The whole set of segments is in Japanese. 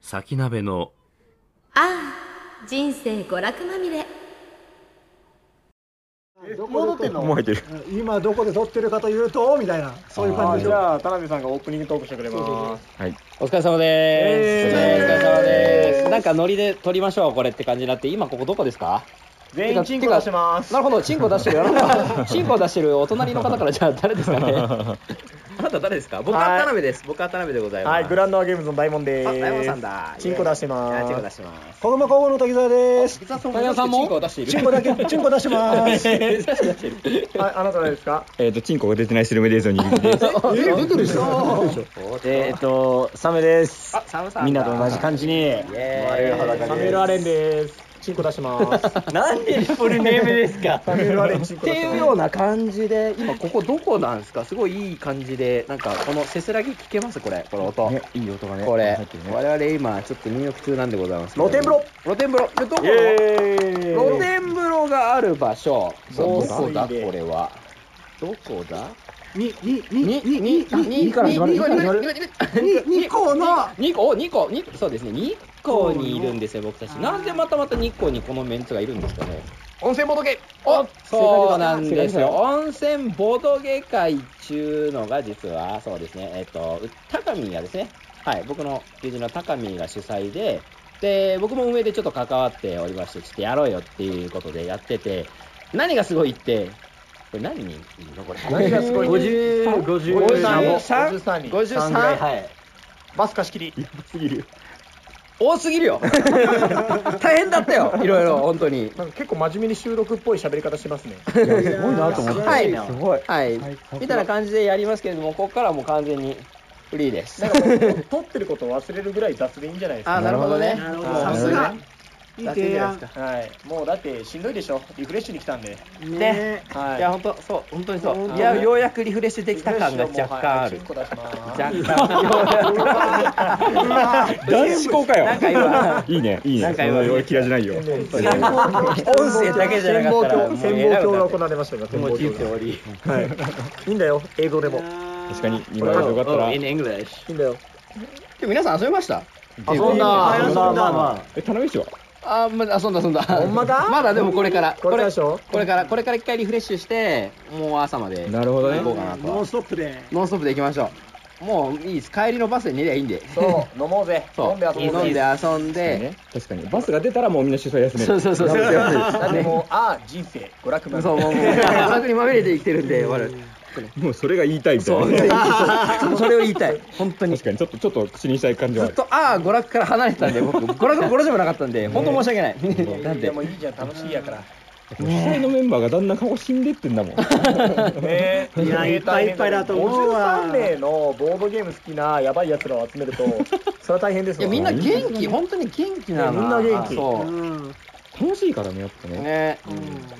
先鍋のああ人生娯楽まみれどこで撮ってんもう入ってる。今どこで撮ってるかというとみたいなそういうあ感ーじじでゃあ田辺さんがオープニングトークしてくれますはい。お疲れ様です、えおー疲れ様ですなんかノリで撮りましょうこれって感じになって今ここどこですか全員チンコ出してますなるほどチンコ出してるあなた チンコ出してるお隣の方からじゃあ誰ですかね あなた誰ですか僕は田辺です僕は田辺でございますはいグランドアゲームズの大門であ大門すさんだチンコ出しあチてンコま出すしてます子供工房の滝沢です田辺さんもチンコを出しているチンコだけ チンコ出してますはいあなた誰ですかえっ、と、チンコが出てないスルメですよ、にぎりです。出てるでしょえーっと、サメです。あサムさんだみんなと同じ感じに。イエーイサミュエル・アレンですチンコ出してます なんでフルネームですかサミュエル・アレンチンっコ出てしていうまような感じで今ここどこなんですかすごいいい感じでなんかこのせせらぎ聞けますこれこの音、ね、いい音がね。これ入ってるね我々今ちょっと入浴中なんでございます露天風呂露天風呂でどこすイエー露イ天風呂がある場所どこだどこだこれはどこだににににに2個二個の2個2個2個そうですね2個にいるんですよ僕たちなんでまたまた2個にこのメンツがいるんですかね温泉ボトゲおそうなんですよ正解温泉ボドゲ会中のが実はそうですねえっ、と高見がですねはい僕の友人の高見が主催でで僕も運営でちょっと関わっておりましてちょっとやろうよっていうことでやってて何がすごいってこれ何人いるのこれ何がすごい五十五十53 53 53はい。バス貸し切り多すぎる よ大変だったよいろいろ本当になんか結構真面目に収録っぽい喋り方してますねすごいなと思ってはいすごいはいみたいな感じでやりますけれどもここからはもう完全にフリーですなんかもう撮ってることを忘れるぐらい雑でいいんじゃないですかあなるほどねなるほあどーさすがいいだっていいじ提ゃない案ですかはいもうだってしんどいでしょリフレッシュに来たんでねはいいや本当そう本当にそ本う当にいやようやくリフレッシュできた感が若干あるチンコ出します若 干ようや 男子校かくなんかよ。今 いいね、いいね。なんか今そんな嫌いじゃないよ。音声だけじゃなかったらもう潜えら望いことになっ鏡がて行われましたよ気展望持ちいいで鏡すよがオリはいいいんだよ映像でも確かに、今までよかったら。 In え、 English いいんだよでも皆さん遊びましたそんなあまあまあま田辺市はあーまだ遊んだ遊んだほんまか まだでもこれからこれからでしょこれからこれから一回リフレッシュしてもう朝までなるほどね行こうかなとノンストップでノンストップで行きましょうもういいです帰りのバスで寝りゃいいんでそう飲もうぜそう飲んで遊ぼう飲んでだ遊んでね確かに。バスが出たらもうみんな主催休める。そうそうそうそうってもうああ人生娯楽そう、もう、もう、楽にまみれて生きてるんで、終わ る。もうそれが言いたいみたそう、いなね。それを言いたい。本当に。確ずかに、ちょっと、ちょっと口にしたい感じはあっる。と、ああ、娯楽から離れてたんで、僕、娯楽も娯楽でもなかったんで、本当申し訳 ない。なんででも、いいじゃん楽しいやから主催のメンバーがだんだん顔死んでってんだもん。ねいやいっぱいいっぱいだと思うわ53名のボードゲーム好きなやばいやつらを集めると それは大変ですいや、よみんな元気、本当に元気なの。みんな元気うそん楽しいからね、やっぱう。ね。ね。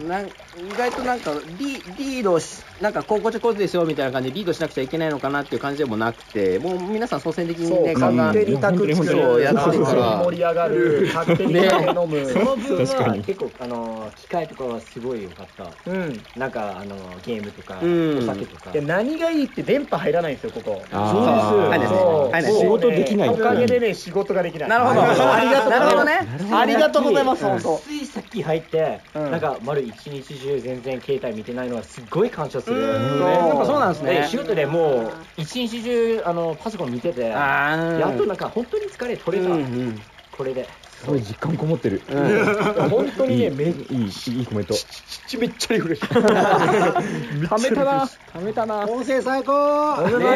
なん意外となんかリリードしなんかこうこっちこうですよみたいな感じでリードしなくちゃいけないのかなっていう感じでもなくてもう皆さん率先的にそねうガンガ勝ン手にタクチクそうやってるから勝手に盛り上がる勝手にね酒飲む、あ。その分確かはに結構、あの、機械とかはすごい良かった。うんなんか、あの、ゲームとか、うんお酒とかで。何がいいって電波入らないんですよここあ入んないそ入うんないそう仕事できないおかげでね仕事ができないなるほどありがとうなるほどねありがとうございます本当ついさっき入って、うんなんか丸一日中全然携帯見てないのはすっごい感謝する。うんねやっぱそうなんですね仕事でもう一日中あのパソコン見てて、やあーっとなんか本当に疲れ取れた、うんこれで。すごい実感こもってる。うんうん本当いにい、いねい、めっいいコメント。ちゃめっちゃリフレッシュためたな、ためたな。音声最高おめでとう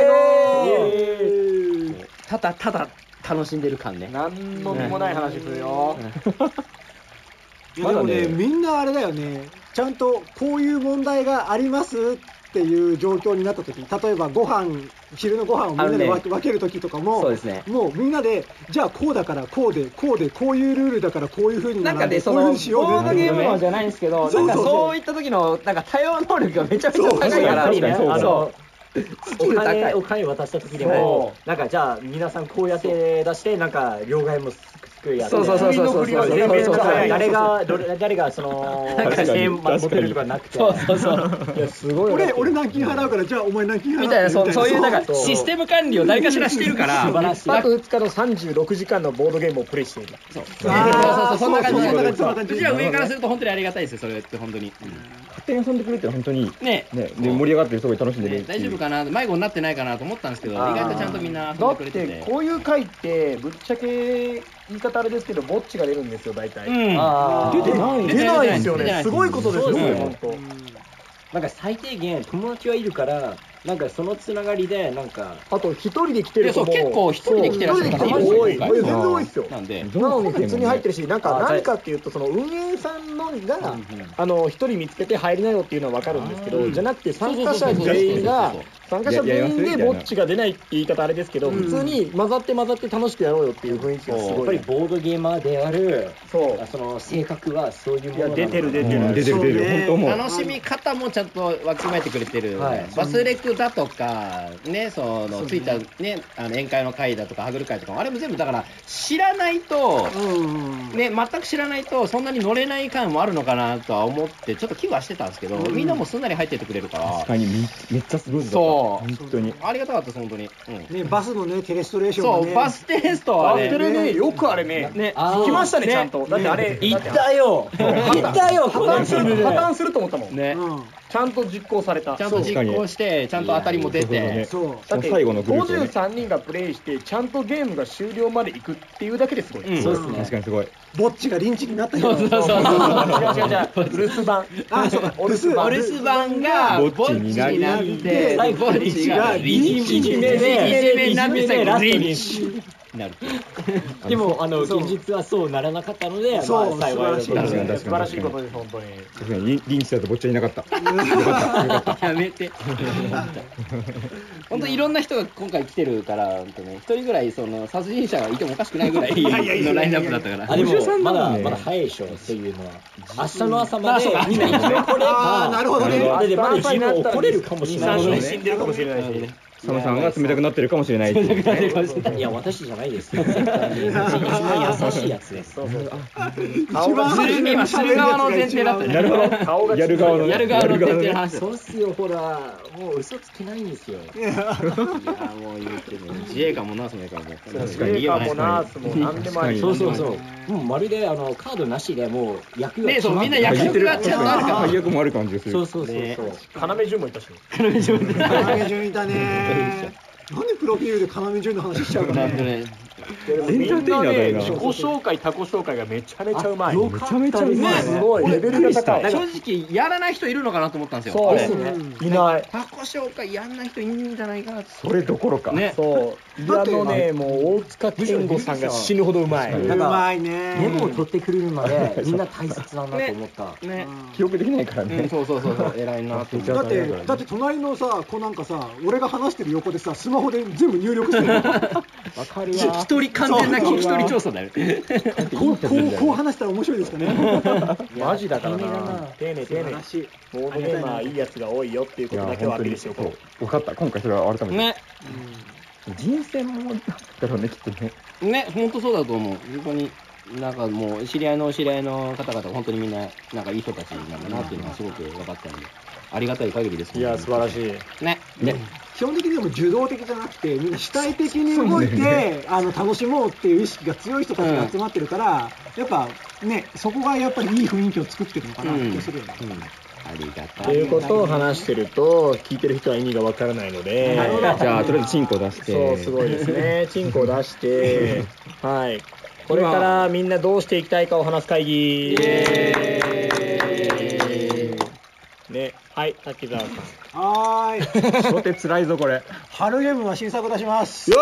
ただただ楽しんでる感ね。何の身もない話するよいやでもね、みんなあれだよね、ちゃんとこういう問題がありますっていう状況になった時例えばご飯昼のご飯をみんなあるでね分け分ける時とそかうも、ですねもうみんなで、じゃあこうだからこうで、こうで、こういうルールだからこういうふうになんか並べね、こそういうふうの、ボにしようードゲームのじね。ゃないんですけど、なそうんそうかそうそういった時の、なんか対応能力がめちゃめちゃ高いから、そうそうそうあのスキおル高金いお。金渡した時でもなんかじゃあ皆さんこうやって出してなんか両替もすくやつそうそうそうそうそう振りの振りは全然早い誰がどれ誰がその確かに点持ってるとかなくてそうそうそう。いやすごいよ俺、俺何金払うから、じゃあお前何金払うみたいな、そうそういう、ななんか、システム管理を誰かしらしてるから、素晴らしい1泊2日の36時間のボードゲームをプレイしているあーそうそうそうそんな感じそうそうそんな感じうちら上からすると本当にありがたいですよ、それって本当に。勝手に遊んでくれってのは本当にいい。ねね、でもう盛り上がってるすごい楽しんでる、ね大丈夫かな、迷子になってないかなと思ったんですけど、意あー外とちゃんとみんな遊んだでっくれててて。こういう回ってぶっちゃけ言い方あれですけどぼっちが出るんですよ大体、うんあー出てない出ないですよ出てなねいすごいことですそようねです本当なんか最低限友達はいるから、なんかそのつながりで、なんか、あと一人で来ているやそ子うも結構一人で来てらっしゃる方いました多い今回全然多いですよなんで、なのに普通に入ってる。るし、なんか何かっていうと、その運営さんのみが、あの、一人見つけて入りなよっていうのは分かるんですけど、じゃなくて参加者全員がそうそう、参加者全員いやいやでぼっちが出ないって言い方あれですけど、うん普通に混ざって混ざって楽しくやろうよっていう雰囲気がすやっごぱい。りボードゲーマーである、そうあ。その性格はそういうものなのいや出てる出てうん出てそる出てうる、ね本当もう。楽しみ方もちゃんとわきまえてくれてる、はいバスレクだとか、ね、そのそうねついた、ね、あの宴会の会だとか、はぐる会とか、あれも全部だから、知らないと、うん。ね、全く知らないと、そんなに乗れない感もあるのかなとは思って、ちょっと危惧はしてたんですけど、うんみんなもすんなり入ってってくれるから確、かにみめっちゃすごいだった。そう本当に。ありがたかったです、本当に。うんね、バスのね、テレストレーションそがう、ねバステストはバねステ、レねよよくあれねね、あー聞きましたねねちゃんとだってあれ行ったよ行ったよ破綻する破綻すると思ったもんね、うんちゃんと実行されたちゃんと実行して、ちゃんと当たりも出いやいやいてや、そう。だって最後のグループね53人がプレイして、ちゃんとゲームが終了まで行くっていうだけですごい。うんそうですね。確かにすごい。ぼっちがリンチになったよ。そうそう違う違う違そう。う、ブルース版。あ、そうか、お留守お番留守番がぼっちになりぼっちにってぼぼっちがリンチいじめでいじめになって最後リンチになる でも、あの、そう現実はそうならなかったので、そうまあ、幸いだと素晴ら思しい確かに確素晴からにしいことです、本当に。確かにリンリンチだとぼっちゃいなかった。やめて本当いろんな人が今回来てるから本当ね一人ぐらいその殺人者がいてもおかしくないぐ らいのラインナップだったからあ、でも、まだだ、もんねまだ早いでしょ、そういうのは。明日の朝まで、みんな生き残れあー、ばなるほどね。だってまだ自分怒れるかもしれない。 3人死んでるかもしれないし。佐野さんが冷たくなってるかもしれないっていう。いや、私じゃない です。一番優しいやつです。一番する今する側の前提だったねなるほど。やる側のね。やる側の前提のね。話だそうっすよ、ほら、もう嘘つきないんですよ。いやもう言っても自衛官もナースもいい からもう確かにメーカーもナースも何でもあり。そうそうそう。うん、まるで、あの、カードなしでもう、役がね決そうまっみんなて役職がちゃんとあるから配役もある感じがする。そうそうそうねそう。要潤もいたし。金目順いたね。なんでプロフィールで金目順の話しちゃうかなんね。とねエンターテイナーだよな自己紹介、他己紹介がめちゃめちゃうまい。めちゃめちゃうまい。すごい、レベルが高い。正直やらない人いるのかなと思ったんですよそうあでれすね。いない。タコ紹介やんない人いんじゃないかなそれどころか。ねそう。いや、あのね、もう大塚健吾さんが死ぬほどうまい。うまいね。メモを取ってくれるまで、みんな大切だなと思った。ね記憶できないからうんね。そうそうそうそう偉いなって思ってだって、だって隣のさ、子なんかさ、俺が話してる横でさ、スマホで全部入力してる。わかる わ。一人完全な聞き取り調査だよね。こう、こう、こう話したら面白いですかね。マジだから丁寧だなな。丁寧、丁寧。しい。ボードゲーマーいいやつが多いよっていうこいやとだけはア本当ピーにルしてそおうこう。分かった今回それは改めて、 ね、人生ものだったろうねきっとねね、本当そうだと思う。本当に、なんかもう、知り合いの知り合いの方々、本当にみんな、なんかいい人たちなんだなっていうのがすごく分かったんで、ありがたい限りです、いや、素晴らしい。い。ね、ね、基本的にでも受動的じゃなくて、みんな主体的に動いて、あの、楽しもうっていう意識が強い人たちが集まってるから、やっぱ、ね、そこがやっぱりいい雰囲気を作ってるのかうん、なうっんて気がするよね。ありがったてい。いうことを話してると、聞いてる人は意味がわからないので、なるほどじゃあとりあえずチンコ出してそう、すごいです ね。チンコを出 して、はい。これからみんなどうしていきたいかを話す会議。ね、はい、滝沢さん。はーい。初手つらいぞこれ春ゲームは新作出します。す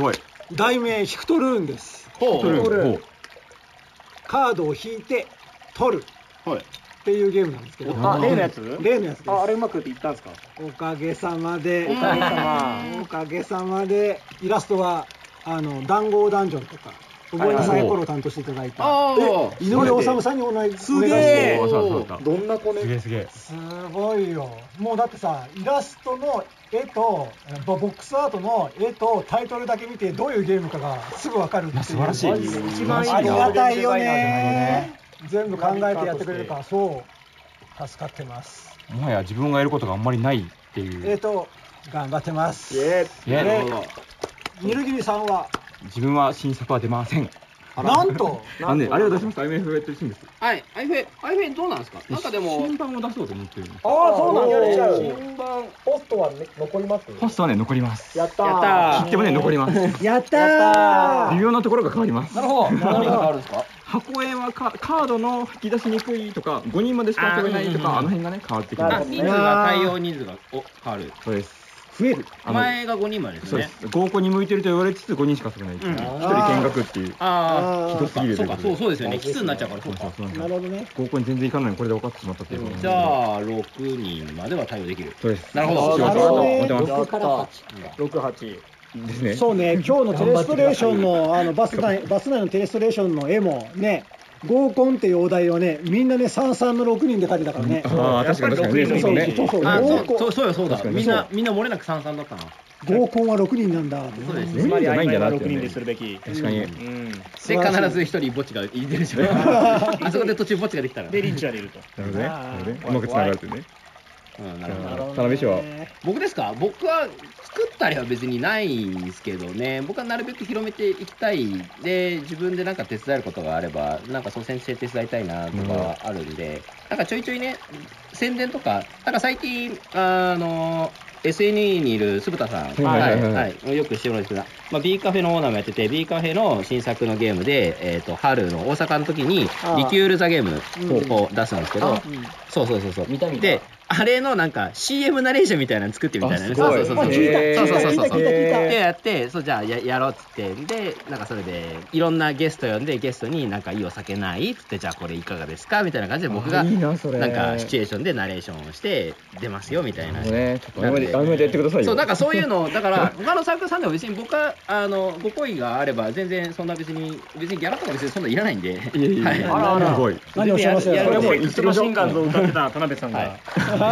ごい題名、ヒクトルーンです。ほ取う、る取るほうカードを引いて、取る。はいっていうゲームなんですけど。あ、例のやつ例のやつです。あ、あれうまくいったんですかおかげさまで、おかげさま。おかげさまで、イラストは、あの、談合ダンジョンとか、覚えのサイコロを担当していただいた。ああ井上治さんにお願いすげお願いしてえおーそうだそうだどんな子すげねえすげえ。すごいよ。もうだってさ、イラストの絵と、ボボックスアートの絵とタイトルだけ見て、どういうゲームかがすぐ分かるっていう。素晴らしい。一ありがたいよね。全部考えてやってくれるから、そう、助かってます。もはや自分がやることがあんまりないっていう。えっ、と、頑張ってます。えいやでニルギリさんは、自分は新作は出ません。なんと、あね、あれを出しました。IMF やってるシーンです。はい、iPhone、iPhone どうなんですかなんかでも、新版を出そうと思ってるんです。ああそうなんやおーれちゃう新版、ポストはね残りますポストはね、残ります。やったーやったー切ってもね、残ります。やった微ー妙なところが変わります。なるほど、何が変わるんですか箱絵はカカードの吹き出しにくいとか、5人までしか遊べないとか、あの辺がね、変わってきなあまるす。人数が対応人数がお変わる。そうです。増える。あの、前が5人までですそうでね。す。合コンに向いてると言われつつ、5人しか遊べない。うん1人見学っていう。あひあどあ、すぎるそうか、とそいううこそうですよね。奇数になっちゃうから、そうか。とで。なるほどね。合コンに全然行かないのにこれで分かってしまったっていうことなんでじゃあ、6人までは対応できる。そうです。なるほど仕事だと思ってまやったー68す。ですね。そうね、今日のテレストレーションの、あのバス内、バス内のテレストレーションの絵もね、合コンっていうお題をね、みんなね、三三の6人で描いてたからね。ああ、確かに確かにそうね。そそううそうそね。うあ合そうコそうンそうよそうだ確かにみんなそみんな漏れなく三々だったな合コンは6人なんだ。そうですねねつまりじゃないんだなって6人でするべき確かに。うんで必ず一人ぼっちがいてるじゃんあそこで途中ぼっちができたらでリッチが出るとなるほどね。なるほどねうまくつながるってね。うんなるじほどゃあ、田辺氏は。僕ですか僕は作ったりは別にないんですけどね僕はなるべく広めていきたいで自分でなんか手伝えることがあればなんかそう先生手伝いたいなとかはあるんで、なんかちょいちょいね宣伝とかなんか最近あの SNE にいる酢豚さん、はいはいはいはいはいよくしてもらうんですけど、まあ、B カフェのオーナーもやってて B カフェの新作のゲームで、えー、と春の大阪の時にああリキュール・ザ・ゲームうんを出したんですけど、そうそうそうそう見た見たであれのなんか CM ナレーションみたいなの作ってみたいなねあすごいそうまそあうそう聞いた、へ聞ーいた、聞いた、聞いた、聞いでた。やってそうじゃあややろうっつってでなんかそれでいろんなゲスト呼んでゲストになんかいいお酒ないっつってじゃあこれいかがですかみたいな感じで僕があいいな、それ。なんかシチュエーションでナレーションをして出ますよみたいな。ね、ちょっと、あめで、あめでやってくださいよ。そうなんかそういうのだから他のサークルさんでも別に僕はあのご好意があれば全然そんな別に別にギャラとか別にそんないらないんでいやいやはいいや、あらあらすごい。何をおっしゃいますやよる。もうエクストラ新感動を歌ってた田辺さんが、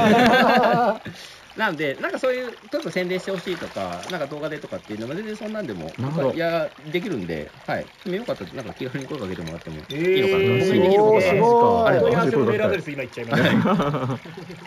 なんで、なんかそういう、ちょっと宣伝してほしいとか、なんか動画でとかっていうのが全然そんなんでも、なるほどいや、できるんで、はい。でもよかったら、なんか気軽に声かけてもらってもいいのかな。えー僕にできることすはああれれ問問いい合合わせのメールわせのメールアアドドレレス今言っちゃいまし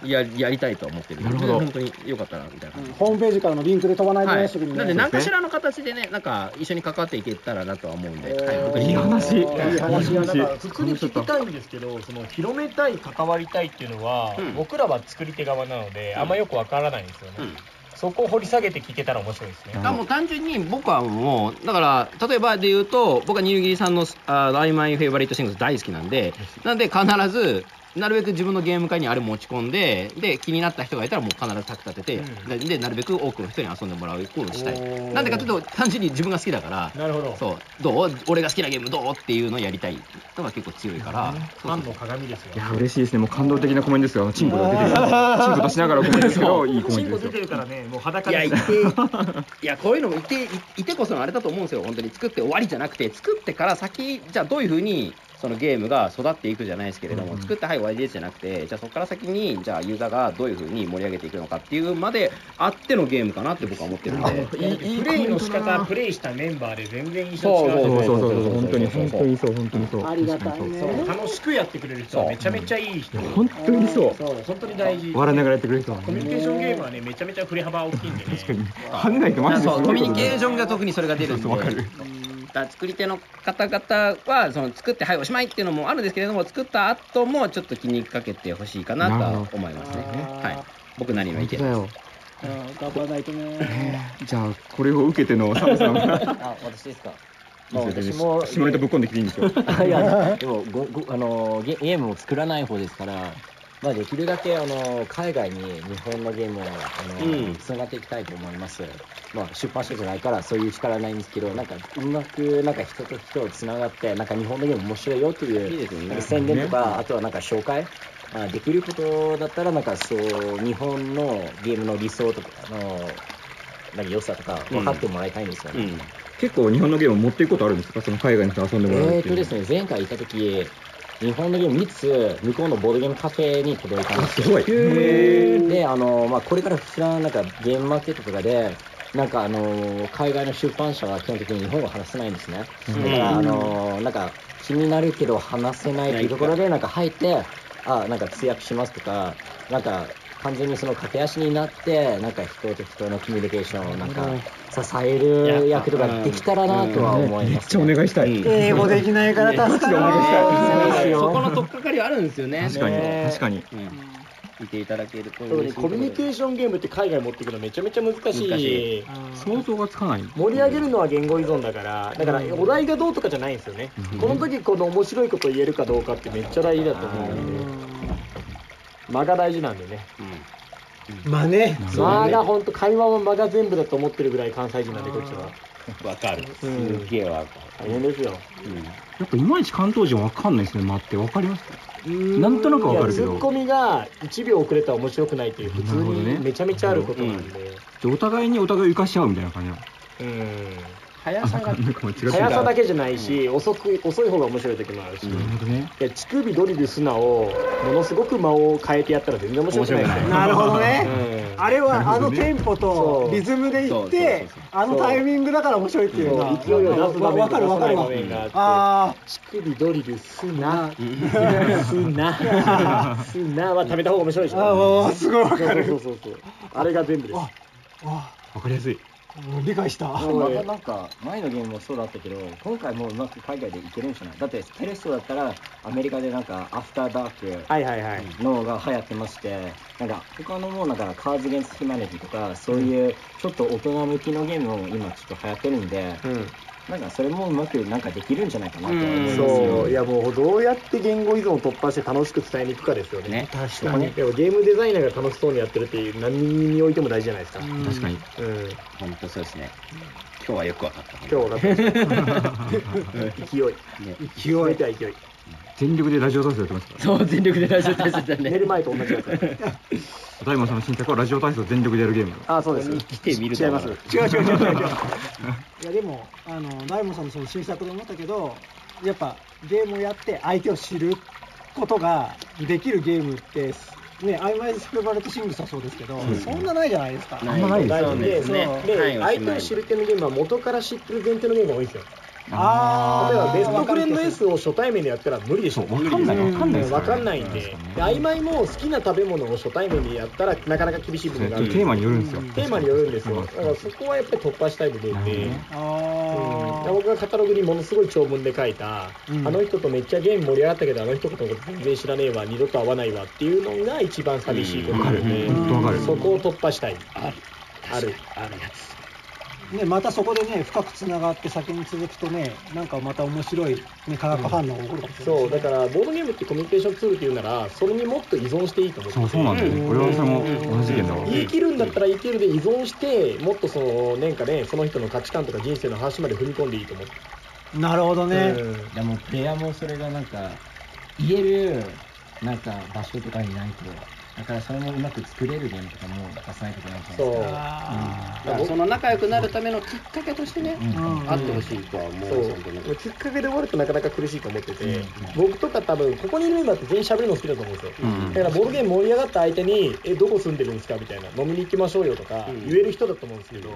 た や、やりたいと思ってるんでなるほど本当によかったら、みたいな感じで。ホームページからのリンクで飛ばないではね、いすぐに、ね。なんで、何かしらの形でね、なんか一緒に関わっていけたらなとは思うんで、はい、僕いいに。話。いいいい話なんか普通に聞きいたいんですけど、その広めたい、関わりたいっていうのは、うん僕らは作り手側なので、あんまよくわからないんですよね、うんそこを掘り下げて聞けたら面白いですね。あもう単純に僕はもうだから例えばで言うと僕はニューギリさんの「あライマイフェイバリットシングス」大好きなんでなんで必ずなるべく自分のゲーム会にあれ持ち込んでで気になった人がいたらもう必ず宅立てて、うでなるべく多くの人に遊んでもらうことをしたおいーなんでかというと単純に自分が好きだからなるほど。そうどう俺が好きなゲームどうっていうのをやりたいのが結構強いからファンの鏡ですよ。や、嬉しいですね。もう感動的なコメントですよ。チンコが出てる。チンコ出しながらコメントですけど、いいコメントですよ。るからね、もう裸いやいて いやこういうのもいていいてこそのあれだと思うんですよ本当に作って終わりじゃなくて作ってから先じゃあどういうふうにそのゲームが育っていくじゃないですけれども、作ってはい終わりですじゃなくてじゃあそこから先にじゃあユーザーがどういうふうに盛り上げていくのかっていうまであってのゲームかなって僕は思ってるん で。いいプレイの仕方、プレイしたメンバーで全然印象そう違う。そうそうそうそう、本当に、本当にそう、本当にそう。ありがたい本ね。楽しくやってくれる人はめちゃめちゃいい人。当にそう。そう、本当に大事。笑いながらやってくれる人はコミュニね。ケーションゲームはね、めちゃめちゃ振れ幅大きいんでね。 跳ねないとマジですごそいうことコだミよュニケーションが特にそれが出るんでそうそうわかるだから作り手の方々はその作ってはいおしまいっていうのもあるんですけれども作った後もちょっと気にかけてほしいかなとは思いますねなるほどはい僕なりの意本見当だよ。うん頑張らないとね。 ねえじゃあ、これを受けてのサム さん。あ私ですかいいですよまあ私も下ネタぶっ込んできていいん ですいよ。やでもごごあのゲゲームを作らない方ですから、まあ、できるだけあの海外に日本のゲームをあの、うんつながっていきたいと思います、まあ、出版社じゃないからそういう力はないんですけどなんかうまくなんか人と人をつながってなんか日本のゲーム面白いよといういいですねなんか宣伝とか、あとはなんか紹介まあできることだったらなんかそう日本のゲームの理想とかあの何良さとか分かってもらいたいんですよね、うん結構日本のゲームを持っていくことあるんですかその海外の人に遊んでもらうえーってというですね、前回行った時、日本のゲーム3つ、向こうのボードゲームカフェに届いたんですすよ。ごいで、あの、まあ、これから普通はなんかゲームマーケットとかで、なんかあの、海外の出版社は基本的に日本語話せないんですね。だから、あの、なんか気になるけど話せないっていうところで、なんか入って、あ、なんか通訳しますとか、なんか完全にその駆け足になって、なんか人と人のコミュニケーションをなんか支える役とかできたらなとは思いめっますちゃね、お願いしたい、英語できないから助かるねですそこよの取っかかりはあるんですよね。確かに、ね確かに見ていただけると特にコミュニーケーションゲームって海外持っていくのめちゃめちゃ難しい難し想像がつかない盛り上げるのは言語依存だからだからお題がどうとかじゃないんですよね、この時この面白いこと言えるかどうかってめっちゃ大事だと思うんで間が大事なんでねまあね間が本当会話は間が全部だと思ってるぐらい関西人なんでこっちはわかる。うすんげえわか大変ですよやっぱいまいち関東人わかんないですね間ってわかりますなんとなくわかるけいやどツッコミが1秒遅れたら面白くないっていう普通なるほどねにめちゃめちゃあることなんで、でお互いにお互い浮かし合うみたいな感じなのうる。速さが。 なんか間違ってん、た速さだけじゃないし、遅く遅い方が面白い時もあるし、なるほどねいや乳首ドリル素直ものすごく間を変えてやったら全然面白くないですよなるほどねうんあれはあのテンポとそうリズムでいってそあのタイミングだから面白いっていうのが勢いを出す場面わとかる出わかさないる場わ面があってあ乳首ドリルすなーす なすなは食べた方が面白いでしあょーすごいわそうかるそうそうそうあれが全部ですああわかりやすいー理解したうまたなんか前のゲームもそうだったけど今回もうまく海外でいけるんじゃないだってテレストだったらアメリカでなんかアフターダーはいはいはいクのが流行ってましてなんか他のもうなんかカーズ・ゲンス・ヒュマネティとかそういうちょっと大人向きのゲームも今ちょっと流行ってるんでうんなんかそれもうまくなんかできるんじゃないかなと思いますそういやもうどうやって言語依存を突破して楽しく伝えに行くかですよねね確かにでもゲームデザイナーが楽しそうにやってるっていう何においても大事じゃないですか、うん確かに本当そうですね。今日はよくわかった。今日は分かったです勢い勢いたい勢い全力でラジオ体操やってますかそう、全力でラジオ体操だ寝ね。る前と同じやつら大門さんの新作はラジオ体操全力でやるゲームあそうです来てみると違います違う違う違う違う違ういやでもあの大門さんのその新作で思ったけどやっぱゲームをやって相手を知ることができるゲームってね曖昧スペバルトシングスはそうですけど、そんなないじゃないですかないあんまない大事でで、すそねのはいで、おしまい相手を知る手のゲームは元から知ってる前提のゲームが多いんですよ。例えあーば、ベストフレンド S を初対面でやったら無理でしょ。わかんないわかんないですわかんないんで、で曖昧も好きな食べ物を初対面でやったらなかなか厳しい部ち分ょっがあとる。テーマによるんですよテーマによるんですよ。うんだからそこはやっぱり突破したい部分で。うんあー僕がカタログにものすごい長文で書いた、うんあの人とめっちゃゲーム盛り上がったけどあの人のこと全然知らねえわ二度と会わないわっていうのが一番寂しいことなので、うんわかる本当わかるそこを突破したいあるあるやつ。ね、またそこでね深くつながって先に続くとねなんかまた面白い、ね、化学反応が起こるかもしれないそうだからボードゲームってコミュニケーションツールっていうならそれにもっと依存していいと思っててそうそうなんだよね俺はそれも同じ意見だわ言い切るんだったら言い切るで依存してもっとそのなんかねその人の価値観とか人生の話まで踏み込んでいいと思ってなるほどね、うんでもプレイヤーもそれがなんか言えるなんか場所とかにないとだからそれもうまく作れるゲームとかも出さないといけないじゃないそうあだからその仲良くなるためのきっかけとしてね、ーうんあってほしいとは思そうう。も本当にうきっかけで終わるとなかなか苦しいと思ってて、僕とか多分ここにいるメンバーって全員喋るの好きだと思うんですよ、だからボードゲーム盛り上がった相手に「えどこ住んでるんですか?」みたいな「飲みに行きましょうよ」とか言える人だと思うんですけど、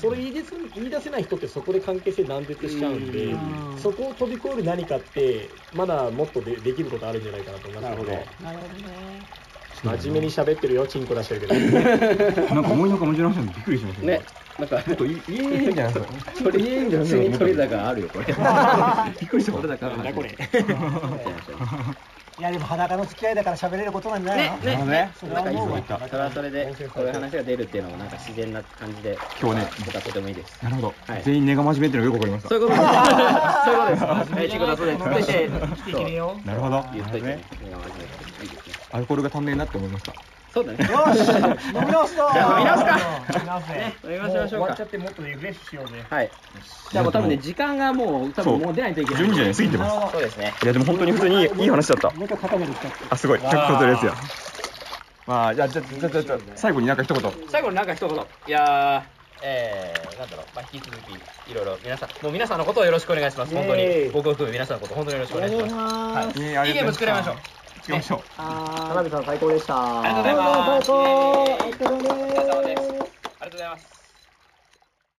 それ言い出す言い出せない人ってそこで関係性断絶しちゃうんで、うんそこを飛び越える何かってまだもっとでできることあるんじゃないかなと思いますのでなるほどね真面目に喋ってるよチンコ出してるけどなんか思いのほか文字の話にびっくりしましたね、なんか、ちょっといいいいんじゃないですか 取り、普通に取れ高あるよ、 これ。びっくりした取れ高ある。これいやでも裸の付き合いだから喋れることなんじゃないのねねねそれなはんかいい思うそうわいったそれはそれでこういう話が出るっていうのもなんか自然な感じで今日ね僕はとてもいいですなるほどはい全員根が真面目っていうのがよ くわかりましたそういうことですそういうことですはいそうですそしてなるほど言っといてねアルコールが足んねえなって思いましたそうだねよし飲み直すぞじゃあ飲み直すか飲み 直すね飲みましょうしょうかてもっとリフレッシュしようねはいじゃあもう多分ね時間がもう多分もう出ないといけない12時ね過ぎてますそうですねいやでも本当に普通にいいいい話だったもう一回固めてきたあすごい100個取れるやつやまあじゃあじゃあじゃあじゃあ最後になんか一言最後になんか一言いやーえー、なんだろう、まあ、引き続き、いろいろ皆さん、もう皆さんのことをよろしくお願いします。本当イエにーイ、僕を含め皆さんのこと、本当によろしくお願いします。まはす。えい、いいゲーム作りましょう。作りましょう。あ花火さん最高でした。ありがとうございます。ありがとうございます。ありがとうございます。